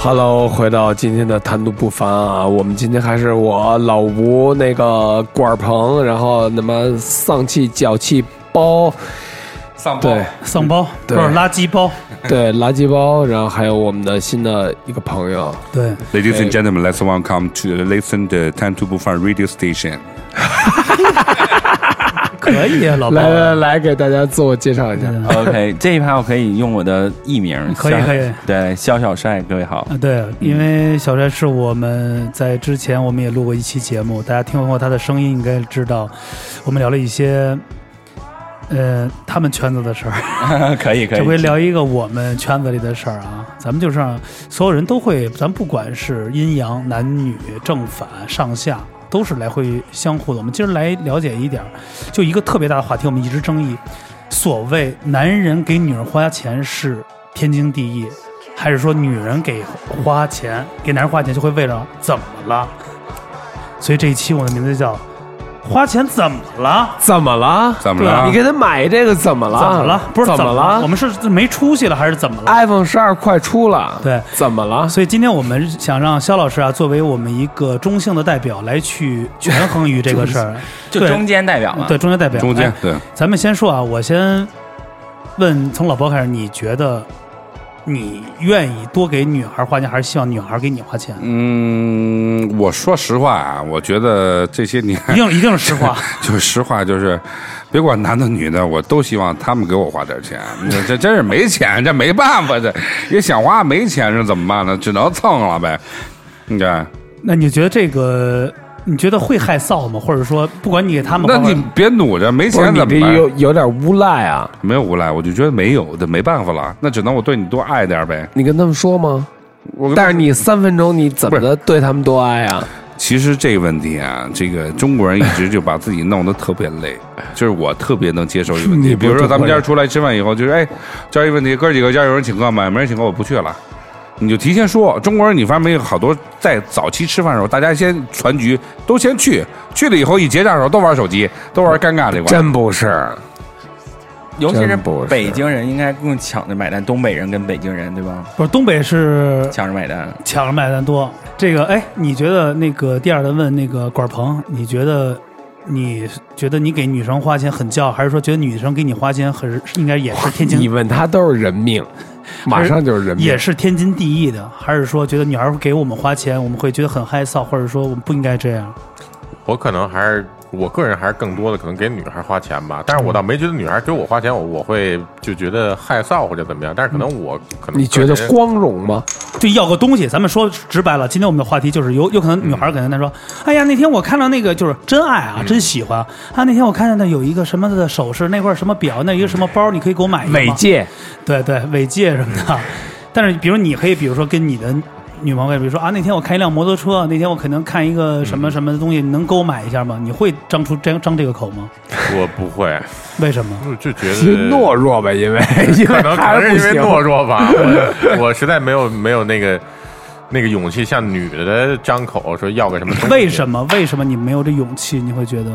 Hello，回到今天的谈吐不凡啊，我们今天还是我老吴那个管鹏，然后那么丧气脚气包，上报对丧包不对是垃圾包，对，垃圾包，然后还有我们的新的一个朋友，对， Ladies and gentlemen, let's welcome to listen the Time to b u f a n Radio Station。可以啊，老包，来来来，给大家自我介绍一下， OK，这一趴我可以用我的艺名，可以肖可以对，肖小帅，各位好。啊，对，因为小帅是我们在之前我们也录过一期节目，大家听过他的声音应该知道，我们聊了一些，呃，他们圈子的事儿。 可以可以，这回聊一个我们圈子里的事儿啊，咱们就是让所有人都会，咱不管是阴阳、男女、正反、上下，都是来回相互的。我们今儿来了解一点儿，就一个特别大的话题，我们一直争议，所谓男人给女人花钱是天经地义，还是说女人给花钱给男人花钱就会为了怎么了？所以这一期我的名字叫“花钱怎么了”。怎么了？怎么了你？给他买这个怎么了？怎么了？不是怎么我们是没出息了还是怎么了？ iPhone 十二快出了，对怎么了？所以今天我们想让肖老师啊，作为我们一个中性的代表来去权衡于这个事儿， 就对中间代表嘛。对中间代啊表。中间哎对，咱们先说啊，我先问从老包开始，你觉得你愿意多给女孩花钱，还是希望女孩给你花钱？嗯，我说实话啊，我觉得这些年 一定一定是实话，就是实话，就是别管男的女的，我都希望他们给我花点钱。这这真是没钱，这没办法，这也想花没钱是怎么办呢？只能蹭了呗。你看，那你觉得这个？你觉得会害臊吗？或者说，不管你给他们花那花，你别努着，没不是钱你怎么这办有？有点无赖啊？没有无赖，我就觉得没有，这没办法了。那只能我对你多爱点呗。你跟他们说吗？我但是你三分钟你怎么不的对他们多爱啊？其实这个问题啊，这个中国人一直就把自己弄得特别累，就是我特别能接受这个问你题。不比是如说咱中国们人今儿出来吃饭以后，就是哎，这儿一问题，哥几个家有人请客吗？没人请客，我不去了。你就提前说，中国人你发现没有，好多在早期吃饭的时候，大家先传局，都先去，去了以后一结账的时候都玩手机，都玩尴尬这块。真不是，尤其是真不是北京人，应该更抢着买单。东北人跟北京人对吧？不是东北是抢着买单。抢着买单多。这个，哎，你觉得那个第二单问那个管鹏，你觉得你觉得你给女生花钱很骄傲，还是说觉得女生给你花钱很应该也是天你经问他都是人命，马上就是人命。也是天经地义的，还是说觉得女孩给我们花钱，我们会觉得很害臊，或者说我们不应该这样？我可能还是我个人还是更多的可能给女孩花钱吧，但是我倒没觉得女孩给我花钱，我我会就觉得害臊或者怎么样，但是可能我可能你觉得个人光荣吗？就要个东西，咱们说直白了，今天我们的话题就是有有可能女孩可能她说，哎呀，那天我看到那个就是真爱啊，真喜欢啊，那天我看见那有一个什么的首饰，那块儿什么表，那一个什么包，你可以给我买一个吗违戒，对对，尾戒什么嗯的。但是，比如你可以，比如说跟你的女朋友，比如说啊，那天我看一辆摩托车，那天我可能看一个什么什么东西，你能给我买一下吗？你会张出张张这个口吗？我不会，为什么？就就觉得懦弱吧，因为因可为能还可能是是因为懦弱。弱吧，我我实在没有没有那个那个勇气向女的张口说要个什么东西，为什么？为什么你没有这勇气？你会觉得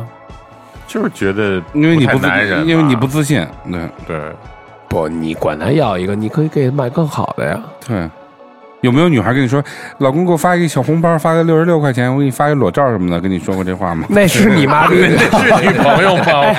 就是觉得因为你不太自男人吧，因为你不自信，对对。不，你管他要一个，你可以给他买更好的呀。对。有没有女孩跟你说，老公给我发一个小红包，发个六十六块钱，我给你发个裸照什么的，跟你说过这话吗？那是你 妈逼，是女朋友 吗？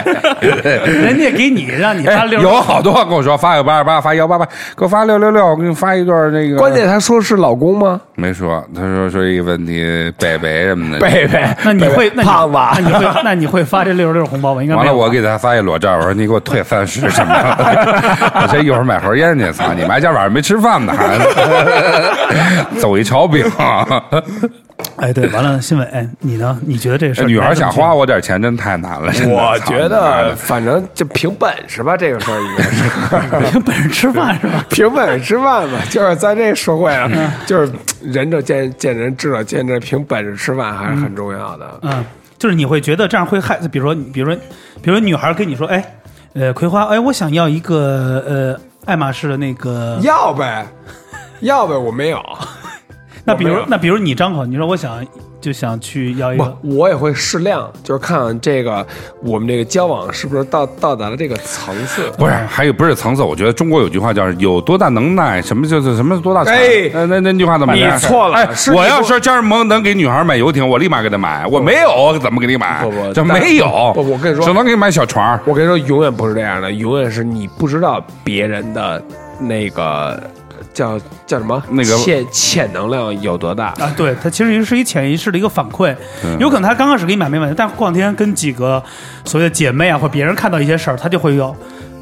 人家给你让你发哎，六，有好多跟我说发个八十八，发幺八八，给我发六六六，我给你发一段那个。关键他说是老公吗？没说，他说说一个问题，北北什么的。贝贝，那你会贝那贝你胖那子，你 会那你会发这六十六红包吗？应该完没了，有吧我给他发一裸照，我说你给我退三十什么的。 我这一会儿买盒烟去，操你妈！今晚上没吃饭呢，还 走一炒饼。哎对，完了新伟，哎你呢？你觉得这事儿哎女孩你该想怎么花我点钱真太难了。真的我操觉你妈得的呃反正就凭本事吧，这个事儿应该是想？ 本事吃饭是吧？凭本事吃饭吧，就是在这个社会上，就是仁者见见仁，智者见智，凭本事吃饭还是很重要的。嗯，就是你会觉得这样会害，比如说，比如说，比如说，女孩跟你说，哎，呃，葵花，哎，我想要一个呃爱马仕的那个，要呗，要呗，我没有。那比我没如有那比如你张口，你说我想就想去要一不个，我也会适量，就是看这个我们这个交往是不是到到达了这个层次。不是，还有不是层次？我觉得中国有句话叫“有多大能耐，什么就是什么多大产”哎呃那那那句话怎么样？你错了哎是，我你要不是张志萌能给女孩买游艇，我立马给她买。我没有，怎么给你买不不？这但没有。不我跟你说只能给你买小船儿。我跟你说，永远不是这样的，永远是你不知道别人的那个叫叫什么那个潜潜能量有多大。啊，对，它其实是一潜意识的一个反馈，有可能他刚开始给你买没买，但过两天跟几个所谓的姐妹啊或别人看到一些事儿，他就会有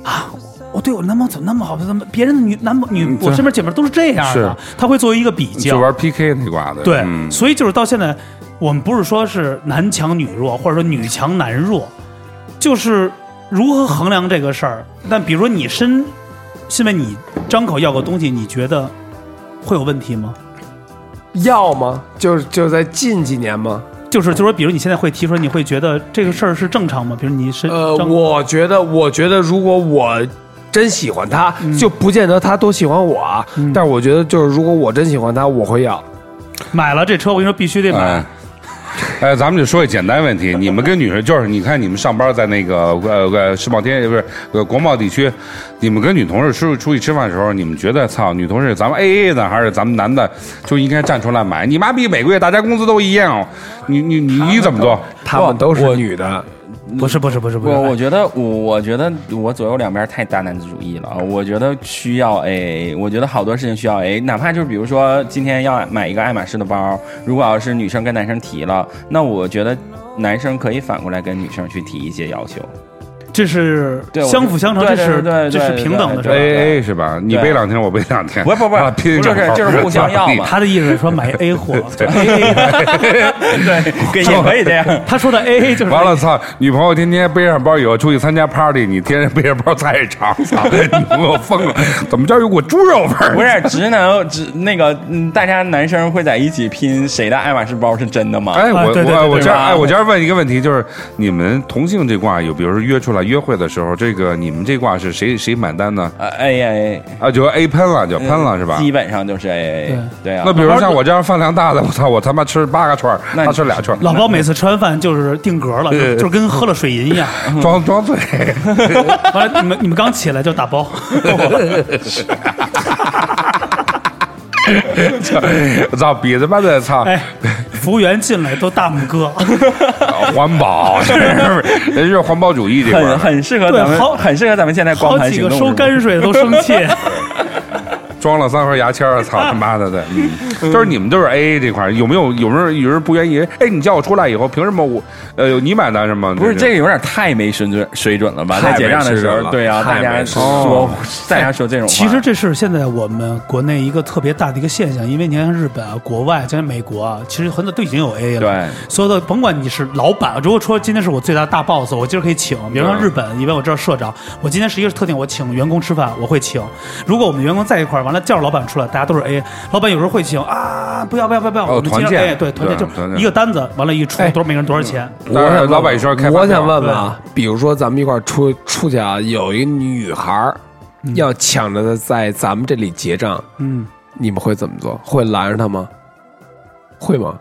啊。我对我男朋友怎么那么好？怎么别人的女男朋嗯女，我身边姐妹都是这样的，他会作为一个比就较。玩 PK 那挂的。对，嗯所以就是到现在，我们不是说是男强女弱，或者说女强男弱，就是如何衡量这个事儿。但比如说你身，现在你张口要个东西，你觉得会有问题吗？要吗？就是就是在近几年吗？就是就是说，比如你现在会提出来，你会觉得这个事儿是正常吗？比如你是呃，嗯张我觉得，我觉得如果我真喜欢他，就不见得他多喜欢我啊。但是我觉得，就是如果我真喜欢他，我会要。买了这车，我跟你说必须得呃买。哎， 哎，咱们就说一简单问题，你们跟女生就是，你看你们上班在那个呃呃世贸天不是呃国贸地区，你们跟女同事出出去吃饭的时候，你们觉得操，女同事咱们 A A 呢，还是咱们男的就应该站出来买？你妈逼每个月大家工资都一样，你你你你怎么做？他们都是女的，不是不是不是不是，我我觉得我我觉得我左右两边太大男子主义了啊！我觉得需要 A，我觉得好多事情需要 A，哪怕就是比如说今天要买一个爱马仕的包，如果要是女生跟男生提了，那我觉得男生可以反过来跟女生去提一些要求。 这是对我相辅相成，这对是对对对这是对平等的，是对吧？对 A A 是吧？你对背两天，我背两天，不是不是不是啊拼一不是整号就是互相要嘛他的意思是说买 A 货， 对，也可以这样。 他说的 A A 就是 完了，操！女朋友天天背上包以后出去参加 party，你天天背着包菜市场，操！ 你朋友疯了，怎么叫有股猪肉味儿？不是直男直那个，嗯，大家男生会在一起拼谁的爱马仕包是真的吗？哎，我啊对对我对我对这儿吧哎，我这儿问一个问题，就是你们同性这卦有，比如说约出来约会的时候，这个你们这卦是谁谁买单呢？呃，A A 啊，就 A 喷了，呃就喷了是吧？基本上就是 A A，对啊那。比如像我这样饭量大的，我操，我他妈吃八个串儿，那你他吃俩串儿，老包每次吃完饭就是定格了，就就是跟喝了水银一样。装装 醉。 完了，你们你们刚起来就打包，操，比他妈的操哎，服务员进来都大拇 哥。环保， 人是环保主义这块很儿，很适合对咱们，好很适合咱们现在光好盘几行个动。收是吧泔水的都生气，装了三盒牙签儿，操他妈的的，嗯，就是你们都是 A A 这块儿，有没有有没有有人不愿意？哎，你叫我出来以后，凭什么我呃你买单是吗？不是这个个有点太没水准水准了吧？太在没结账的时水准候，了对啊，太大没家水准说大家说这种话，其实这是现在我们国内一个特别大的一个现象，因为你看日本啊、国外，像美国啊，其实很早都已经有 AA 了。对，所有的甭管你是老板，如果说今天是我最大的大 boss，我今儿可以请，比如说嗯日本，因为我这儿社长，我今天是一个特定，我请员工吃饭，我会请。如果我们员工在一块儿，完了叫着老板出来，大家都是 AA，老板有时候会请啊，不要不要不要不要，哦我们今团天建 AA，对团建对团就建一个单子，完了，一出哎多少每个人多少钱，当然老板一说开发票我想问问啊，比如说咱们一块儿出出去啊，有一女孩儿要抢着的在咱们这里结账，嗯，你们会怎么做？会拦着她吗？会吗？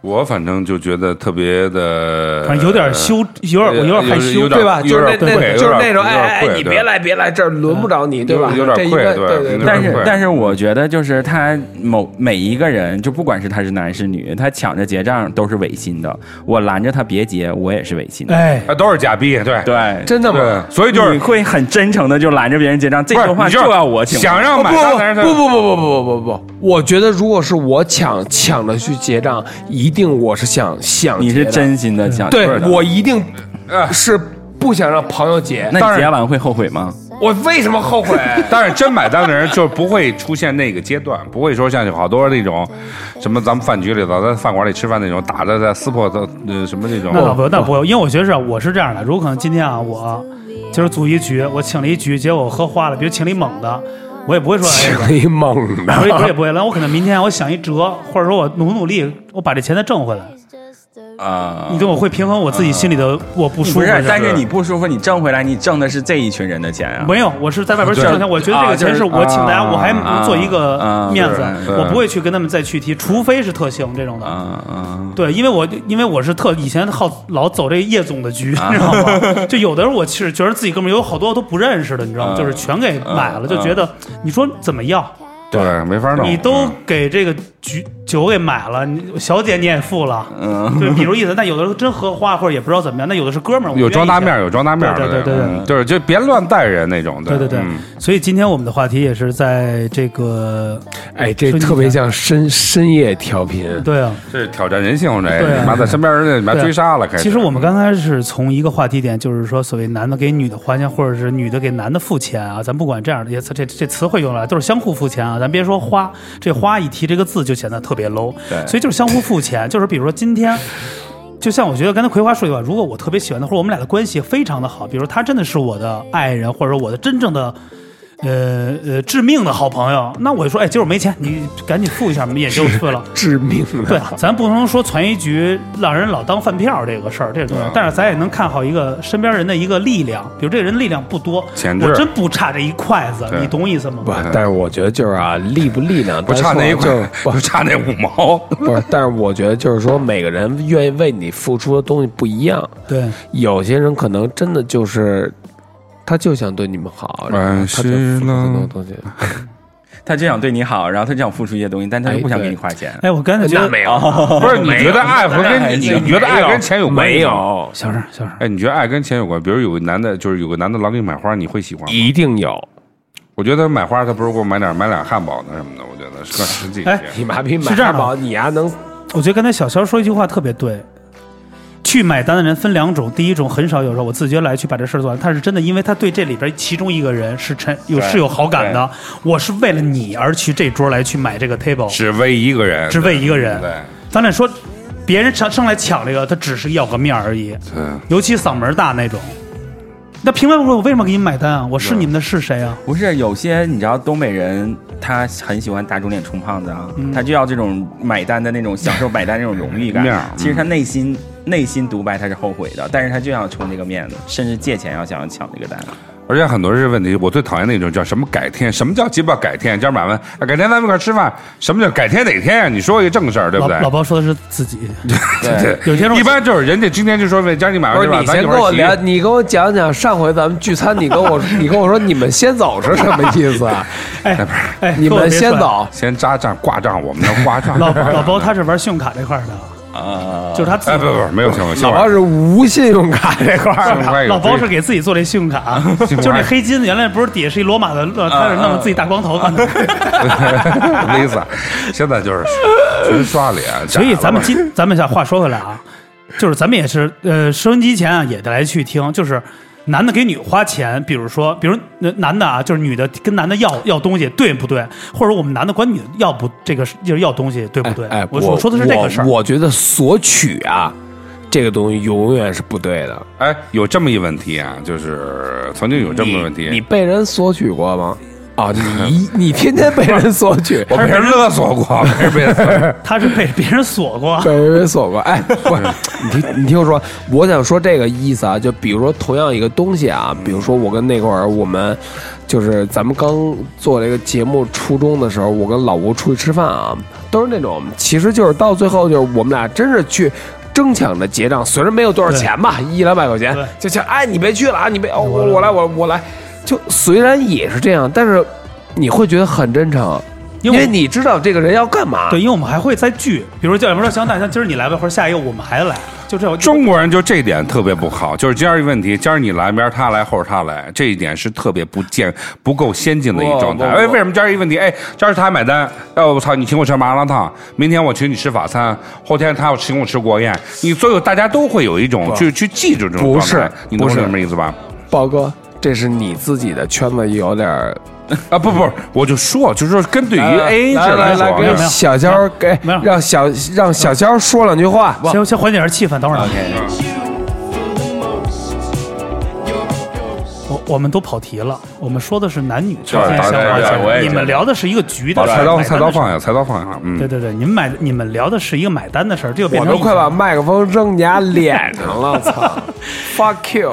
我反正就觉得特别的，反正有点羞，有点我有点害羞，有点对吧？有就是点那那愧就是有点那种哎哎愧有点哎，愧你对别来别来，这儿轮不着你，对吧？有点这应愧该对对对对。有点但但愧是是会，但是我觉得就是他某每一个人，就不管是他是男是女，他抢着结账都是违心的。我拦着他别结，我也是违心的。哎，啊，都是假逼，对 对，真的对吗，？所以就是你会很真诚的就拦着别人结账，这不是句话你就要我请。想让哦不买单但是他不不不不不不不不，我觉得如果是我抢抢着去结账，一定我是想想你是结的真心的想，对是的我一定呃是不想让朋友结。那当你然结完会后悔吗？我为什么后 悔？但是真买单的人就不会出现那个阶段，不会说像有好多那种什么咱们饭局里头、咱饭馆里吃饭那种打的在撕破的呃什么那种。那哦倒不，那不，因为我觉得是，我是这样的，如果可能今天啊，我今儿组一局，我请了一局，结果我喝花了，比如请了一猛的，我也不会 说哎。挺猛的，我也我也不会了，我可能明天我想一辙，或者说我努努力，我把这钱再挣回来。啊，你跟我会平衡我自己心里的我不舒不服的事儿。是，但是你不舒服，你挣回来，你挣的是这一群人的钱啊。没有，我是在外边对吃两天，我觉得这个钱是我请大家，啊就是我还做一个啊面子啊，对我不会去跟他们再去提，除非是特性这种的。啊啊对，因为我因为我是特以前好老走这夜总的局，你知道吗？就有的时候我是觉得自己哥们儿有好多都不认识的，你知道吗？嗯就是全给买了，嗯就觉得你说怎么要？对，没法弄。嗯你都给这个局酒给买了，你小姐你也付了，嗯，对，比如意思。但有的时候真喝花或者也不知道怎么样，那有的是哥们儿，我有愿意装大去面，有装大面，对对对对嗯就是就别乱带人那种。对对对嗯，所以今天我们的话题也是在这个，哎，这说你特别呢像深深夜调频，对啊，这是挑战人性，这对啊你妈在身边人家把对啊追杀了，开始。其实我们刚开始从一个话题点，就是说所谓男的给女的花钱，或者是女的给男的付钱啊，咱不管这样的，也这这这词汇用来都是相互付钱啊，咱别说花，这花一提这个字就显得特别 low，对所以就是相互付钱，就是比如说今天。就像我觉得刚才葵花说的吧，如果我特别喜欢的，或者我们俩的关系非常的好，比如他真的是我的爱人，或者我的真正的，呃呃致命的好朋友，那我就说，哎，今儿我没钱，你赶紧付一下，也就付了。致命对的。，咱不能说传一局让人老当饭票这个事儿，这个东西，但是咱也能看好一个身边人的一个力量，比如这个人力量不多，潜质我真不差这一筷子，对你懂意思吗？不，但是我觉得就是啊，力不力量不差那一块就是， 不不差那五毛。不是，但是我觉得就是说，每个人愿意为你付出的东西不一样。对，有些人可能真的就是，他就想对你们好，然后他就付出很多东西。他就想对你好，然后他就想付出一些东西，但他就不想给你花钱。哎，我刚才觉得没有，不是，你觉得爱和那还跟你行你觉得爱跟钱有关系吗没？哦有， 小声小声， 哎，你觉得爱跟钱有关？比如有个男的，就是有个男的老给你买花，你会喜欢吗？一定有。我觉得买花，他不如给我买点买俩汉堡呢什么的，我觉得是更实际一些哎。你妈逼买是这样汉的堡，你丫能我觉得刚才小肖说一句话特别对。去买单的人分两种，第一种很少有时候我自觉来去把这事儿做完，他是真的，因为他对这里边其中一个人是真有对是有好感的，我是为了你而去这桌来去买这个 table，只为一个人，只为一个人。对咱俩说，别人上上来抢这个，他只是要个面儿而已，对，尤其嗓门大那种。那凭白不说，我为什么给你们买单啊？我是你们的是谁啊？不是有些你知道东北人他很喜欢打肿脸充胖子啊，他就要这种买单的那种享受买单那种荣誉面儿感嗯。其实他内心内心独白他是后悔的，但是他就要充这个面子，甚至借钱要想要抢这个单。而且很多是问题，我最讨厌那种叫什么改天，什么叫鸡巴改天？叫马问，啊改天咱们一块儿吃饭，什么叫改天哪天呀、你说一个正事儿，对不老对？老包说的是自 己，对，有些时候一般就是人家今天就说问佳你买不是完是吧？你咱一先块跟我儿聊，骑。你给我讲讲上回咱们聚餐，你跟我你跟我说你们先走是什么意思啊？哎哎，你跟我们别先说。走，先扎账挂账，我们 要挂账。老老包他是玩信用卡这块儿的，啊，就是他自哎，不己。不，没有情况，老包是无信用卡这块儿的，是老包是给自己做这信用卡，信用卡就是那黑金，原来不是底下是一罗马的，呃他是弄啊了自己大光头。 Visa，现在就是纯刷脸。 所以假的咱们今咱们想话说回来啊，就是咱们也是呃，收音机前啊也得来去听，就是男的给女花钱，比如说，比如呃男的啊，就是女的跟男的要要东西，对不对？或者我们男的管女的要不这个是就是要东西，对不对？哎，我我说的是这个事儿我。我觉得索取啊，这个东西永远是不对的。哎，有这么一问题啊，就是曾经有这么个问题，，你被人索取过吗？啊， 你你天天被人索取我被人勒索过，被人被人勒索他是被别人锁 过，被人索过。哎，不是，你听你听我说，我想说这个意思啊，就比如说同样一个东西啊，比如说我跟那会儿我们就是咱们刚做这个节目初中的时候，我跟老吴出去吃饭啊，都是那种，其实就是到最后就是我们俩真是去。争抢着结账，虽然没有多少钱吧，一两百块钱对，就想哎，你别去了啊，你别哦，我我来，我我来，就虽然也是这样，但是你会觉得很真诚，因因为为你知道这个人要干嘛。对，因为我们还会再聚，比如叫什么说行，那像今儿你来吧，或者下一个我们还来，就这种。中国人就这点特别不好，就是今儿一问题，今儿你来，明儿他来，后儿他来，这一点是特别不健、不够先进的一状不态。不不哎，为什么今儿一问题？哎，今儿他买单，哎，我操，你请我吃麻辣烫，明天我请你吃法餐，后天他要请我吃国宴，你所有大家都会有一种去去记住这种不状态是，你懂我不是什么意思吧？豹哥，这是你自己的圈子有点儿。啊，不不，我就说，就是说，跟对于呃 A 制呃来来说来，给啊小娇给没有让小让小娇说两句话。先先缓解一下气氛，等会儿呢。 OK，我我们都跑题了，我们说的是男女之对间对相对关对性我也你觉得们聊的是一个局的把事儿菜买刀单菜的刀事儿放下，菜刀放下，对嗯，对对，你们买你们聊的是一个买单的事儿，这就变我成都快以把麦克风扔你家脸上了，操 ！Fuck you！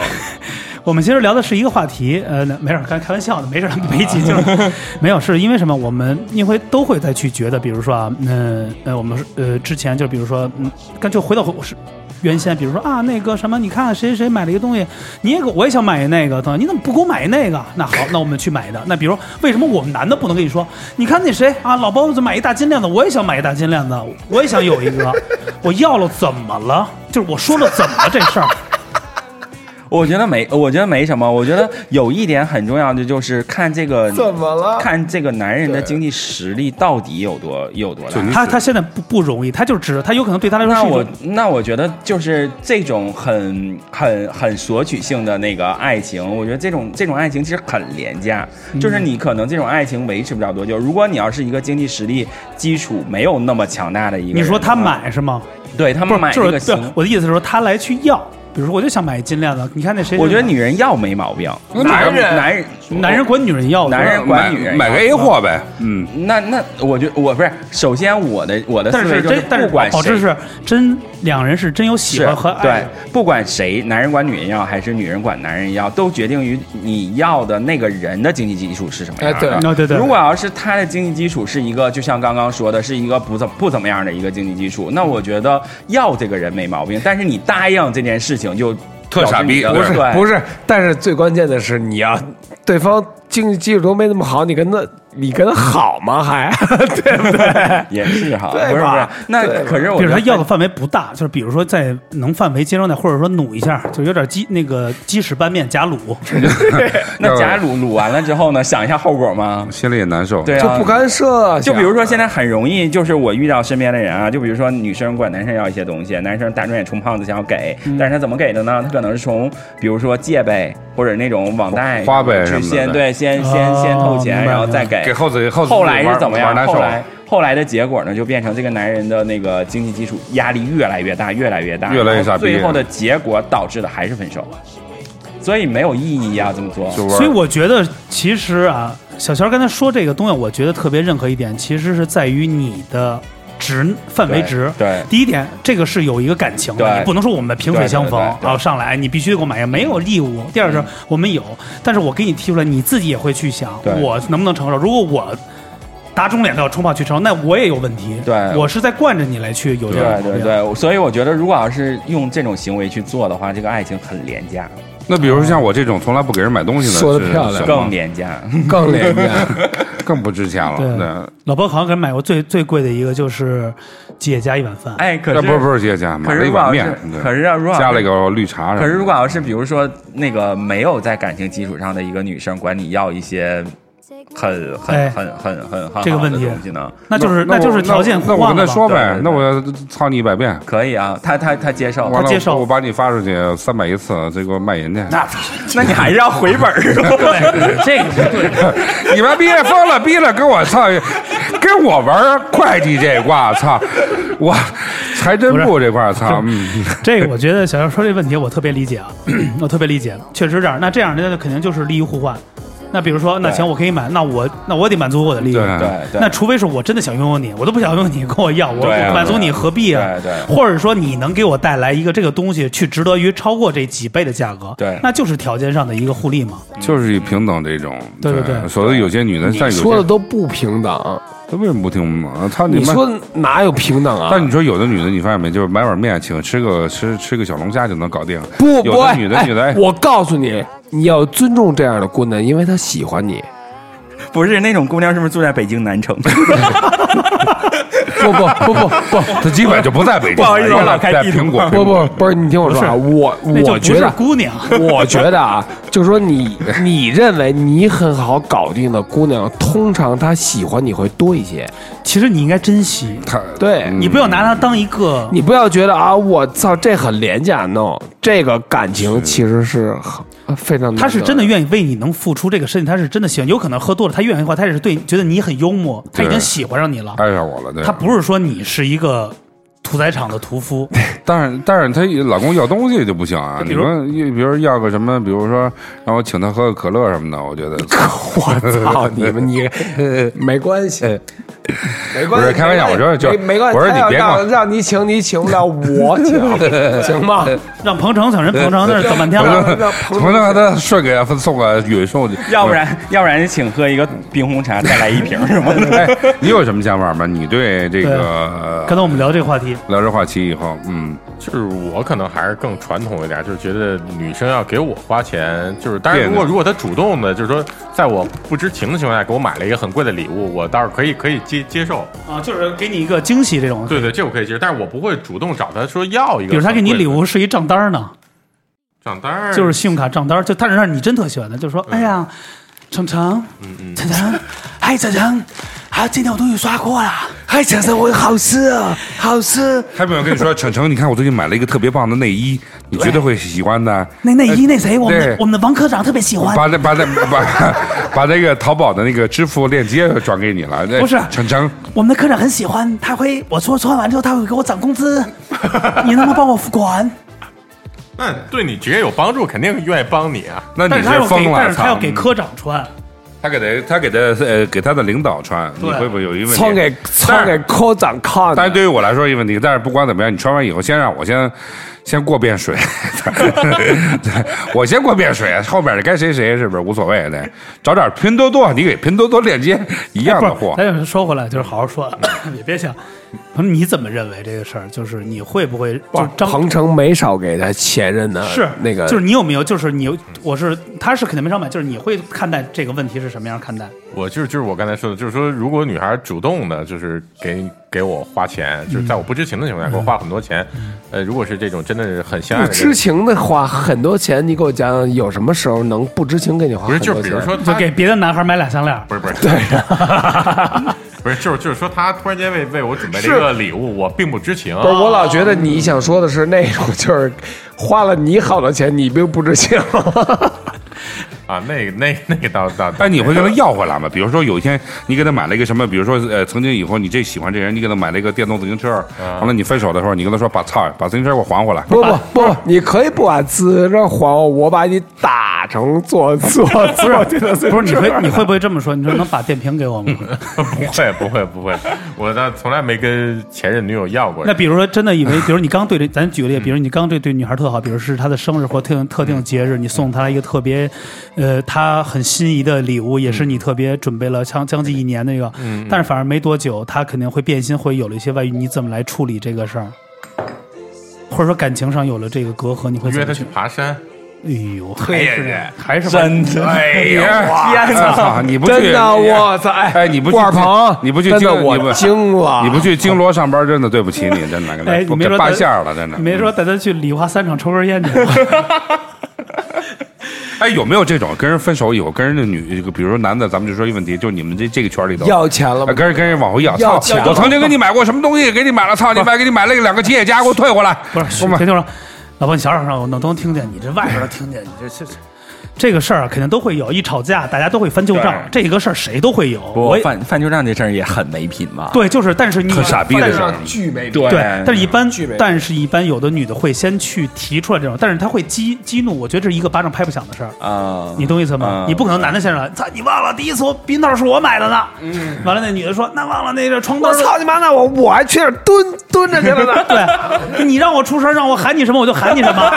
我们其实聊的是一个话题，呃，那没事儿，开开玩笑的，没事儿， 没急，就是没有，是因为什么？我们因为都会再去觉得，比如说啊，嗯呃，我们是呃之前就比如说，嗯，干就回到我是原先，比如说啊那个什么，你看谁谁谁买了一个东西，你也给我也想买那个，等你怎么不给我买那个？那好，那我们去买的。那比如为什么我们男的不能跟你说？你看那谁啊，老包子买一大金链子，我也想买一大金链子，我也想有一个， 我要了怎么了？就是我说了怎么了这事儿？我觉得没，我觉得没什么。我觉得有一点很重要的就是看这个怎么了看这个男人的经济实力到底有多有多大。他他现在不不容易，他就只他有可能对他来说嗯那是一我种那我觉得就是这种很很很索取性的那个爱情，我觉得这种这种爱情其实很廉价，嗯就是你可能这种爱情维持不了多久。如果你要是一个经济实力基础没有那么强大的一个人的话，你说他买是吗？对他不们是，嗯买就这是个对啊行，我的意思是说他来去要，比如说我就想买一金链子，你看那谁，我觉得女人要没毛病，男人男人男人管女人要，男人管买女人买个 A 货呗，嗯，那那我觉我不是，首先我的我的但思维是就是真但是不管保谁持是真两人是真有喜是欢和爱对，，不管谁，男人管女人要还是女人管男人要，都决定于你要的那个人的经济基础是什么样哎，的。对，哦对对，如果要是他的经济基础是一个，就像刚刚说的，是一个不怎不怎么样的一个经济基础，那我觉得要这个人没毛病。但是你答应这件事情就特傻逼表不示是你的对 不是，但是最关键的是，你要对方经济基础都没那么好，你跟他你跟他好吗？ 还对不对？也是哈，对吧不是不是，那对吧可是我比觉如得他要的范围不大，就是比如说在能范围接受内，或者说努一下，就有点鸡那个鸡屎拌面夹卤，那假如卤完了之后呢，想一下后果吗？心里也难受。对啊，就不干涉。就比如说现在很容易，就是我遇到身边的人啊，就比如说女生管男生要一些东西，男生打肿脸充胖子想要给，嗯但是他怎么给的呢？他可能是从比如说借呗或者那种网贷、花呗去什么的先对对先哦先先透明钱，白然后再给给。后子后子后来是玩怎么样玩？难后受，来后来的结果呢，就变成这个男人的那个经济基础压力越来越大，越来越大，越来越傻然后逼最后的结果导致的还是分手，所以没有意义啊，这么做。就玩所以我觉得，其实啊，小乔刚才说这个东西，我觉得特别认可一点，其实是在于你的值范围值。对对第一点，这个是有一个感情的，对你不能说我们萍水相逢对对对对嗯啊，上来哎你必须给我买，没有义务。第二是，我们有，但是我给你提出来，你自己也会去想，对我能不能承受？如果我打肿脸都要冲泡去承受，那我也有问题。对我是在惯着你来去有这样的对毛对病。对，所以我觉得，如果要是用这种行为去做的话，这个爱情很廉价，那比如说像我这种从来不给人买东西的，说得是漂亮行吗更廉价。更廉 价，更不值钱了。对那老包好像给人买过最最贵的一个就是姐加一碗饭， 哎，可那是不是不是姐家买可是了一如果碗要面是，对可是要如果要加了一个绿茶什么的。可是如果要是比如说那个没有在感情基础上的一个女生管你要一些很哎很很很很很这个好的问题东西呢，那就是那我就是条件那互我换了跟他吧说呗对对，对那我操你一百遍。可以啊，她她她接受完，了接受我把你发出去三百一次，这给我卖人去。那那你还是要回本儿 对，这个是对的。 你妈逼疯了，逼了，跟我操，跟我玩会计这挂，操，我财政部这块儿操，嗯，这个我觉得小姚说这问题我特别理解啊， 我特别理解，确实这样。那这样那就肯定就是利益互换。那比如说，那行我可以买，那我那我得满足我的利益。对对对，那除非是我真的想拥有你，我都不想拥有你，跟我要，我对我满足你何必啊？对对或者说你能给我带来一个这个东西去值得于超过这几倍的价格，对那就是条件上的一个互利嘛。就是以平等这种，对对对所以有些女的，像有说的些，都不平等。她为什么不听我们啊？操你妈！说哪有平等啊？但你说有的女的，你发现没，就是买碗面，请吃个吃吃个小龙虾就能搞定。不有不，的哎女的女的，哎我告诉你，你要尊重这样的姑娘，因为她喜欢你。不是那种姑娘是不是住在北京南城？ 不不不不不她基本就不在北京，不好意思在我老开在地图苹果，不不不是，你听我说啊，我那就我不觉是得。啊姑娘，我觉得啊，就是说 你你认为你很好搞定的姑娘，通常她喜欢你会多一些。其实你应该珍惜，她对、嗯你不要拿它当一个你不要觉得啊，我操，这很廉价，no，这个感情其实是很呃非常难得他是真的愿意为你能付出这个身体，他是真的喜欢。有可能喝多了，他愿意的话，他也是对觉得你很幽默，他已经喜欢上你了。哎爱上我了，对，他不是说你是一个屠宰场的屠夫，但是但是她老公要东西就不行啊！比你如说，比如要个什么，比如说让我请她喝个可乐什么的，我觉得我操 你们你没关系，没关系，不是开玩笑没关系我说就是没没关系。我说你别让管让你请你请不了，我请行吗？让彭程请人彭程那儿等半天让了。让彭 从那他顺给她送个远送去， 要不然要不然请喝一个冰红茶，再来一瓶什么的。哎，你有什么想法吗？你对这个刚才我们聊这个话题，聊这话题以后，嗯，就是我可能还是更传统一点，就是觉得女生要给我花钱，就是当然别扭如果如果她主动的，就是说在我不知情的情况下给我买了一个很贵的礼物，我倒是可以可以接接受，啊，就是给你一个惊喜这种。对对，这我可以接受，但是我不会主动找她说要一个。比如他给你礼物，是一账单儿呢，账单儿就是信用卡账单儿，就但是让你真特喜欢的，就说哎呀，程程，程程，嗨，程程，啊，今天我终于刷过了，哎嗨，先生，我好吃啊，好吃。还没有跟你说，程程，你看我最近买了一个特别棒的内衣，你绝对会喜欢的。那内衣那谁，我们对的我们的王科长特别喜欢，把那把那把 把那个淘宝的那个支付链接转给你了。那不是程程，我们的科长很喜欢，他会我说穿完之后他会给我涨工资，你能不能帮我付款？那对你职业有帮助，肯定愿意帮你啊。那你但是他要疯给，了？但是他要操嗯给科长穿，他给他他给他呃给他的领导穿，你对会不会有一个问题？穿给穿给啊科长看但是的，对于我来说一个问题，但是不管怎么样，你穿完以后，先让我先先过遍水， 我先过遍水，后边的该谁谁是不是无所谓的？找点拼多多，你给拼多多链接一样的哎货不是，咱要是说回来，就是好好说， 也别想。不是你怎么认为这个事儿？就是你会不会就张彭程没少给他前任的，是那个，就是你有没有？就是你有，我是他是肯定没少买，就是你会看待这个问题是什么样看待？我就是就是我刚才说的，就是说如果女孩主动的，就是给给我花钱，就是在我不知情的情况下给我花很多钱，呃，如果是这种真的是很相爱不的知人，情的花很多钱，你给我讲讲，有什么时候能不知情给你花不是很就多是钱？比如说就他给别的男孩买俩项 链儿，不是不是对，不是就是就是说他突然间为为我准备了一个礼物，我并不知情，不是，我老觉得你想说的是那种，就是花了你好多钱，你并不知情。啊，那个那那个倒倒，哎，你会跟他要回来吗？比如说有一天你给他买了一个什么，比如说呃，曾经以后你这喜欢这人，你给他买了一个电动自行车，啊完了你分手的时候，你跟他说把操，把自行车给我还回来。不不不，你可以不把自行车还我，哦我把你打成坐坐坐去的自行车。不是你会你会不会这么说？你说能把电瓶给我吗？ 不会不会不会，我倒从来没跟前任女友要过那，比如说真的以 为，比如你刚对这，咱举个例嗯子，比如你刚对对女孩特好，比如是她的生日或特定特定节日，你送她一个特别，呃，她很心仪的礼物，也是你特别准备了将将近一年的一个，嗯但是反而没多久，她肯定会变心，会有了一些外遇，你怎么来处理这个事儿？或者说感情上有了这个隔阂，你会怎约么她去去？爬山，哎 呦，还是还是真的，哎呀，天哪操！你不去真的，我操！哎哎，你不去郭二鹏，你不去真京的你不我惊了。你不去京罗上班，真的对不起你，真的，哎，你没给说扒带馅儿了，真的。嗯你没说带她去礼花三厂抽根烟去？哎，有没有这种跟人分手以后，跟人的女，这个比如说男的，咱们就说一问题，就你们这这个圈里头，要钱了啊吗？跟人跟人往回要，要操钱我曾经给你买过什么东西，给你买了，操你妈，给你买了两个吉野家，给我退回来。不是， 我别买听说，老婆，你小点声，我能都能听见，你这外边都听见，你这这这这个事儿啊肯定都会有，一吵架大家都会翻旧账，这个事儿谁都会有。不我也犯犯旧账这事儿也很没品吧？对，就是，但是你特傻逼哎的事儿。巨没对对，但是一般没，但是一般有的女的会先去提出来这种，但是她会激激怒，我觉得这是一个巴掌拍不响的事儿。啊，你懂我意思嗯？吗你不可能男的先上来，操你忘了第一次我避孕套是我买的呢。完了那女的说，那忘了那个床单嗯我儿操你妈！那我我还去那儿蹲蹲着去了 呢。对，你让我出声，让我喊你什么我就喊你什么。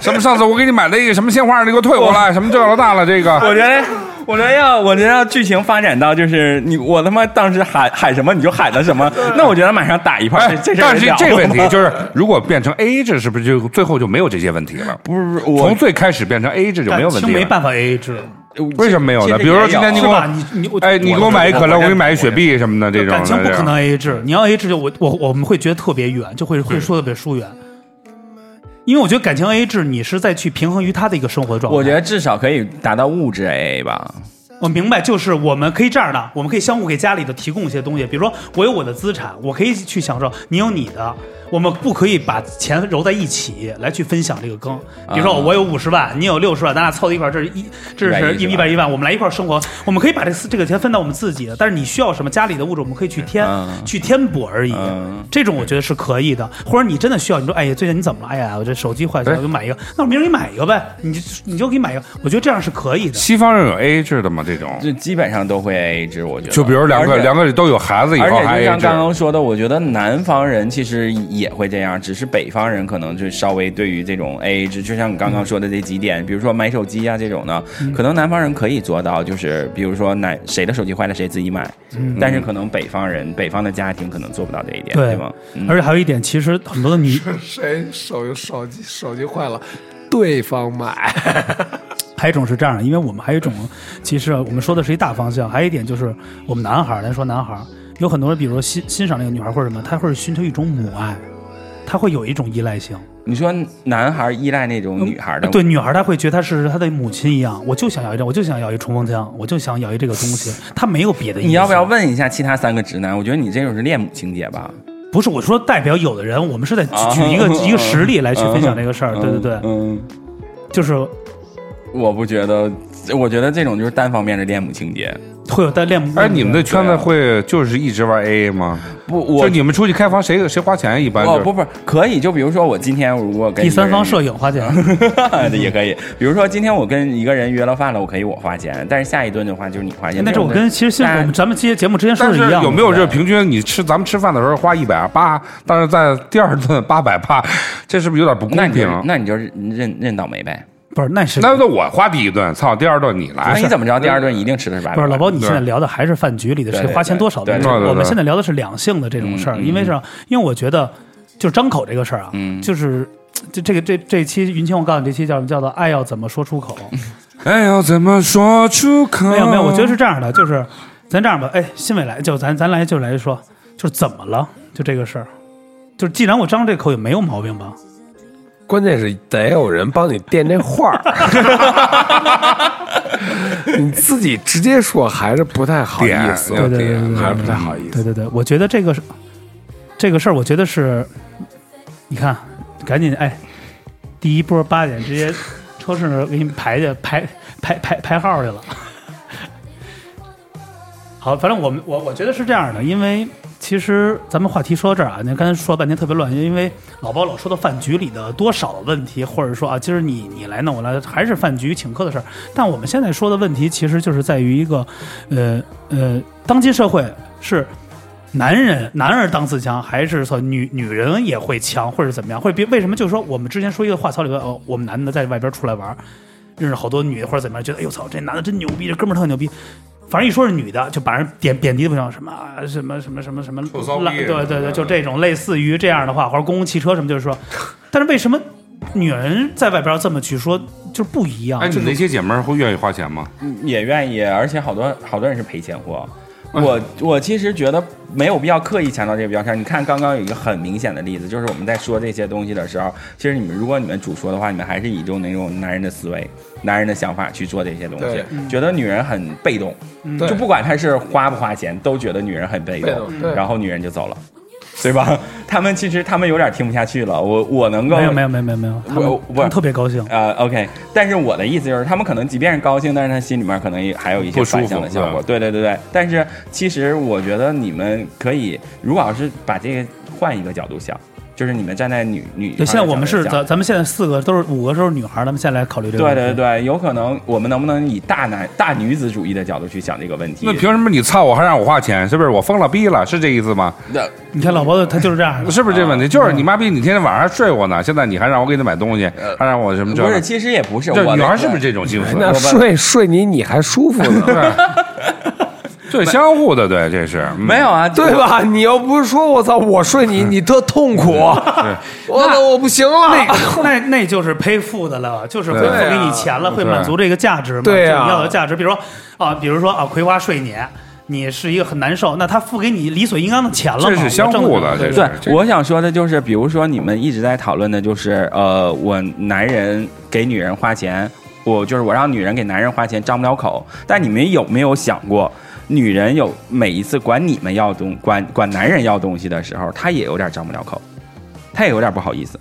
什么上次我给你买了一个什么鲜花，你给我退回来，什么这了那了，这个我觉得，我觉得要，我觉得要剧情发展到就是你，我他妈当时喊喊什么你就喊了什么，那我觉得马上打一炮，哎这这，事儿但是也了这不个 问题得就是，如果变成 A A 制，是不是就最后就没有这些问题了？不是不是从我最开始变成 A A 制就没有问感情题没了。办法 AA 制。为什么没有呢？比如说今天你给是我吧？，你你我哎，你给我买一可乐，我给你买一雪碧什么的，这种的感情不这可样能 AA 制，你要 AA 制就我我我们会觉得特别远，就会会说得特别疏远。因为我觉得感情 AA 制，你是在去平衡于他的一个生活状态。我觉得至少可以达到物质 AA 吧，我明白，就是我们可以这样的，我们可以相互给家里的提供一些东西，比如说我有我的资产，我可以去享受，你有你的，我们不可以把钱揉在一起来去分享这个羹。比如说啊我有五十万，你有六十万，咱俩凑到一块儿，这是一这是一110一百一万，我们来一块儿生活，我们可以把这四这个钱分到我们自己的，但是你需要什么家里的物质，我们可以去添啊去添补而已嗯。这种我觉得是可以的，或者你真的需要，你说哎呀最近你怎么了？哎呀我这手机坏了，我就买一个，那我明儿给你买一个呗，你就你就给你买一个，我觉得这样是可以的。西方人有 A A 制的吗？这种就基本上都会 AA 制，我觉得。就比如两而个且两个都有孩子以而后且还就 A A 像制刚，刚说的，我觉得南方人其实也会这样，只是北方人可能就稍微对于这种 AA 制，就像你刚嗯刚说的这几点，比如说买手机啊这种呢，可能南方人可以做到，就是比如说哪谁的手机坏了谁自己买，但是可能北方人北方的家庭可能做不到这一点，嗯对对吗？嗯而且还有一点，其实很多的女 谁手手机手机坏了，对方买。还有一种是这样的，因为我们还有一种，其实啊我们说的是一大方向，还有一点就是我们男孩儿，咱说男孩儿，有很多人，比如说欣欣赏那个女孩儿或者什么，他会寻求一种母爱，他会有一种依赖性。你说男孩依赖那种女孩的，嗯啊对女孩，她会觉得她是她的母亲一样，我就想要一张，我就想要一冲锋枪，我就想要一这个东西，她没有别的意思。你要不要？问一下其他三个直男？我觉得你这种是恋母情节吧？不是我说代表有的人，我们是在举啊举一 个嗯一个实例来去嗯分享这个事儿。对对对，嗯，就是我不觉得，我觉得这种就是单方面的恋母情节。会有带恋母。哎，你们的圈子会就是一直玩 A A 吗？不，就我你们出去开房，谁谁花钱？一般哦就不不可以，就比如说我今天如果跟第三方社摄影花钱， 也可以，比如说今天我跟一个人约了饭了，我可以我花钱，但是下一顿的话就是你花钱。那这我跟其实现在我们咱们期节目之前说但的是一样的。有没有这平均？你吃咱们吃饭的时候花一百八，但是在第二顿八百八，这是不是有点不那公你就平？那你就认认倒霉呗。不是，那是那那我花第一顿，操，第二顿你那来你。怎么知道第二顿一定吃的是八百？不是老包，你对现在聊的还是饭局里的对谁对花钱多少的对问对题？对对我们对现在聊的是两性的这种事儿，嗯因为是，因为我觉得就是张口这个事儿啊，嗯就是这这个这这期云清，我告诉你，这期叫叫做“爱要怎么说出口哎呦，怎么说出”。口？没有没有，我觉得是这样的，就是咱这样吧，哎，新伟来，就咱咱来就来说，就是怎么了？就这个事儿，就是既然我张这口也没有毛病吧？关键是得有人帮你垫这话 儿， 你自己直接说还是不太好意思，对对对对对嗯还是不太好意对思。对对，我觉得这个是这个事儿，我觉得是，你看，赶紧哎，第一波八 点直接超市给你排去排排排排号去了。好，反正我们我我觉得是这样的，因为其实咱们话题说到这儿啊，你看刚才说半天特别乱，因为老包老说到饭局里的多少问题，或者说啊，今儿你你来弄我来，还是饭局请客的事儿。但我们现在说的问题，其实就是在于一个，呃呃，当今社会是男人男儿当自强，还是说女女人也会强，或者怎么样？会别为什么？就是说我们之前说一个话糙理不糙，哦，我们男的在外边出来玩儿，认识好多女的或者怎么样，觉得哎呦操，这男的真牛逼，这哥们儿特牛逼。反正一说是女的，就把人贬贬低的不行，什么啊什么什么什么什么臭骚逼烂对对对，就这种类似于这样的话，或者公共汽车什么，就是说，但是为什么女人在外边这么去说，就是不一样？哎，就你是那些姐妹儿会愿意花钱吗？也愿意，而且好多好多人是赔钱货。我我其实觉得没有必要刻意强调这个标签。你看，刚刚有一个很明显的例子，就是我们在说这些东西的时候，其实你们如果你们主说的话，你们还是以这种那种男人的思维、男人的想法去做这些东西对，觉得女人很被动，对就不管她是花不花钱，都觉得女人很被被动动，对然后女人就走了，对吧？ 他们其实他们有点听不下去了。我我能够没有没有没有没有没有，他们我他们特别高兴。呃，OK，但是我的意思就是，他们可能即便是高兴，但是他心里面可能也还有一些不舒服反向的效果。对对对对，但是其实我觉得你们可以，如果要是把这个换一个角度想，就是你们站在女女方对，的现在我们角度是咱想咱们现在四个都是五个都是女孩儿，咱们现在来考虑这个。对对对，对，有可能我们能不能以大男大女子主义的角度去想这个问题？那凭什么你操我还让我花钱？是不是我疯了逼了？是这意思吗？那你看老包子他就是这样的，是不是这问题？就是你妈逼，你天天晚上还睡我呢，现在你还让我给你买东西，还让我什么这不是，个？其实也不是，这我女的孩是不是这种心思？那睡睡你你还舒服呢，对，相互的，对，这是嗯没有。啊？对吧？你要不是说我操，我睡你你特痛苦， 我操我不行那了。 那那就是赔付的了，就是会对付给啊你钱了，会对满足这个价值嘛？对啊就是你要的价值，比如说啊，比如说啊，葵花睡你，你是一个很难受，那他付给你理所应当的钱了嘛，这是相互的我挣这是对，这我想说的就是，比如说你们一直在讨论的就是，呃，我男人给女人花钱，我就是我让女人给男人花钱张不了口。但你们有没有想过，女人有每一次管你们要东管管男人要东西的时候，她也有点张不了口，她也有点不好意思，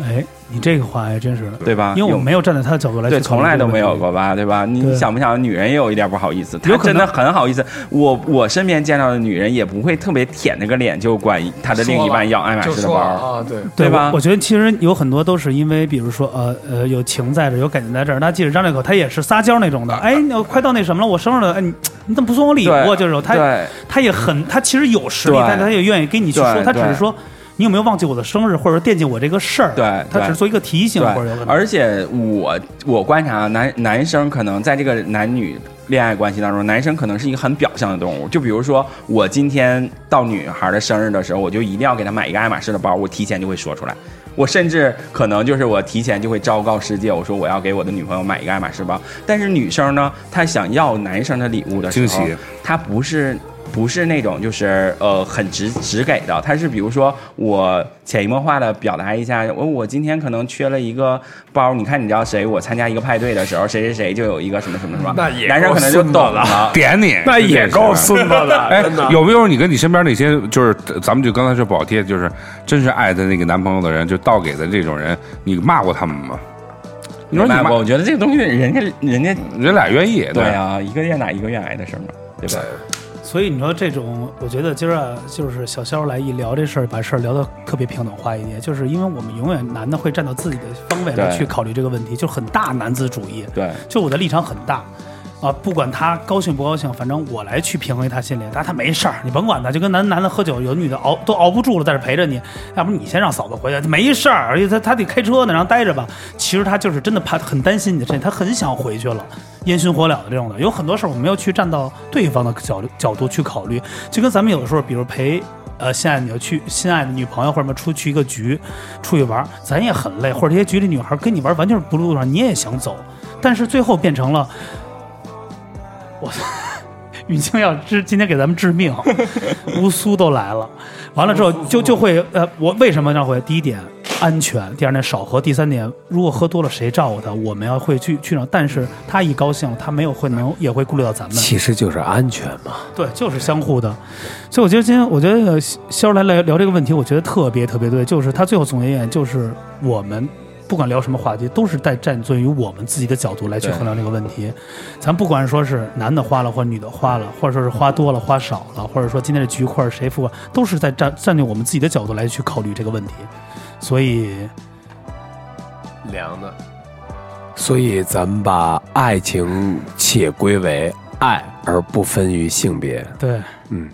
哎，你这个话还真是，对吧？因为我啊有没有站在他的角度来对，去考虑从来都这个没有问题。过吧，对吧？你对你想不想，女人也有一点不好意思，她有可真能的很好意思。我我身边见到的女人也不会特别舔着个脸就管她的另一半要爱马 就仕的说包，啊，对，对我吧我觉得其实有很多都是因为，比如说，呃呃，有情在这儿，有感情在这儿。他即使张了口，他也是撒娇那种的。哎，那快到那什么了，我生日了，哎，你你怎么不送我礼物啊？对就是他对他也很，他其实有实力，对但他也愿意跟你去说，对他只是对说你有没有忘记我的生日，或者说惦记我这个事儿，啊对他只是对做一个提醒，或者有可对，能。而且我我观察男男生可能在这个男女恋爱关系当中，男生可能是一个很表象的动物。就比如说，我今天到女孩的生日的时候，我就一定要给她买一个爱马仕的包，我提前就会说出来。我甚至可能就是我提前就会昭告世界，我说我要给我的女朋友买一个爱马仕包。但是女生呢，她想要男生的礼物的时候，惊喜她不是不是那种就是呃很直直给的，她是比如说我潜移默化的表达一下，我我今天可能缺了一个包，你看你知道谁？我参加一个派对的时候，谁谁谁就有一个什么什么什么，那也男生可能就懂了。点你，那也够孙子的，哎真的，。有没有你跟你身边那些就是咱们就刚才说不好贴，就是真是爱的那个男朋友的人，就倒给的这种人，你骂过他们吗？你说你明白骂吗？，我觉得这个东西人家人家人俩愿意，对啊，一个愿打一个愿挨的事儿嘛，对吧？所以你说这种，我觉得今儿啊，就是小肖来一聊这事儿，把事儿聊得特别平等化一点，就是因为我们永远男的会站到自己的方位来对去考虑这个问题，就很大男子主义。对，就我的立场很大，啊，不管他高兴不高兴，反正我来去平衡他心里。但他没事儿，你甭管他，就跟男男的喝酒，有女的熬都熬不住了，在这陪着你，要不你先让嫂子回去，没事儿，而且他他得开车呢，让待着吧。其实他就是真的怕，很担心你的身体，他很想回去了，烟熏火燎的这种的，有很多事儿我没有去站到对方的角度角度去考虑，就跟咱们有的时候，比如陪。呃，现在你要去心爱的女朋友或者什么出去一个局，出去玩儿，咱也很累，或者这些局里女孩跟你玩儿完全不路上，你也想走，但是最后变成了，我 操，雨清要致今天给咱们致 命，乌苏都来了，完了之后就就会呃，我为什么让回？第一点安全，第二点少喝，第三点如果喝多了谁照顾他？我们要会去去让，但是他一高兴，他没有会能也会顾虑到咱们，其实就是安全嘛，对，就是相互的。所以我觉得今天，我觉得呃肖肖来来聊这个问题，我觉得特别特别对，就是他最后总结一点，就是我们不管聊什么话题，都是在站尊于我们自己的角度来去对衡量这个问题。咱不管说是男的花了，或者女的花了，或者说是花多了、花少了，或者说今天的局或者谁付款，都是在站站在我们自己的角度来去考虑这个问题。所以，凉的，所以咱们把爱情且归为爱，而不分于性别。对，嗯，